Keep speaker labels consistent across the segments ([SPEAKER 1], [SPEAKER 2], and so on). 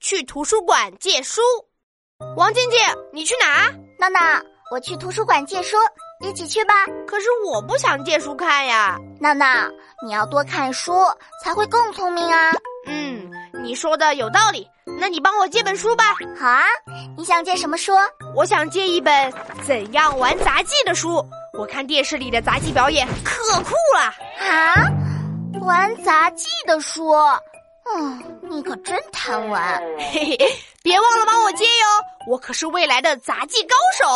[SPEAKER 1] 去图书馆借书。王静静，你去哪？
[SPEAKER 2] 闹闹，我去图书馆借书，一起去吧。
[SPEAKER 1] 可是我不想借书看呀。
[SPEAKER 2] 闹闹，你要多看书，才会更聪明啊。
[SPEAKER 1] 嗯，你说的有道理。那你帮我借本书吧。
[SPEAKER 2] 好啊，你想借什么书？
[SPEAKER 1] 我想借一本《怎样玩杂技》的书。我看电视里的杂技表演可酷了。
[SPEAKER 2] 啊，玩杂技的书，嗯，你可真贪玩。
[SPEAKER 1] 嘿嘿，别忘了帮我接哟，我可是未来的杂技高手。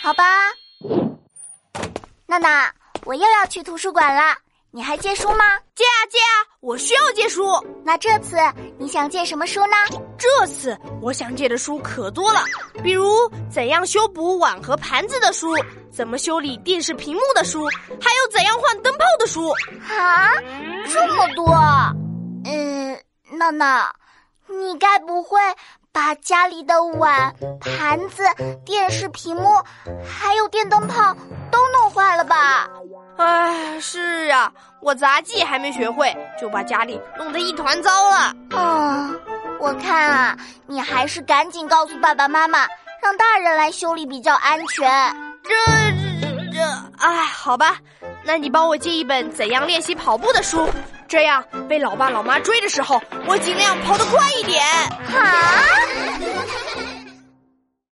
[SPEAKER 2] 好吧，娜娜，我又要去图书馆啦。你还借书吗？
[SPEAKER 1] 借啊借啊，我需要借书。
[SPEAKER 2] 那这次你想借什么书呢？
[SPEAKER 1] 这次我想借的书可多了，比如怎样修补碗和盘子的书，怎么修理电视屏幕的书，还有怎样换灯泡的书。
[SPEAKER 2] 啊，这么多。嗯，闹闹，你该不会把家里的碗、盘子、电视屏幕，还有电灯泡都弄坏了吧？
[SPEAKER 1] 唉，是啊，我杂技还没学会，就把家里弄得一团糟了。
[SPEAKER 2] 嗯，我看啊，你还是赶紧告诉爸爸妈妈，让大人来修理比较安全。
[SPEAKER 1] 这这这，唉，好吧，那你帮我借一本怎样练习跑步的书，这样被老爸老妈追的时候，我尽量跑得快一点。
[SPEAKER 2] 啊！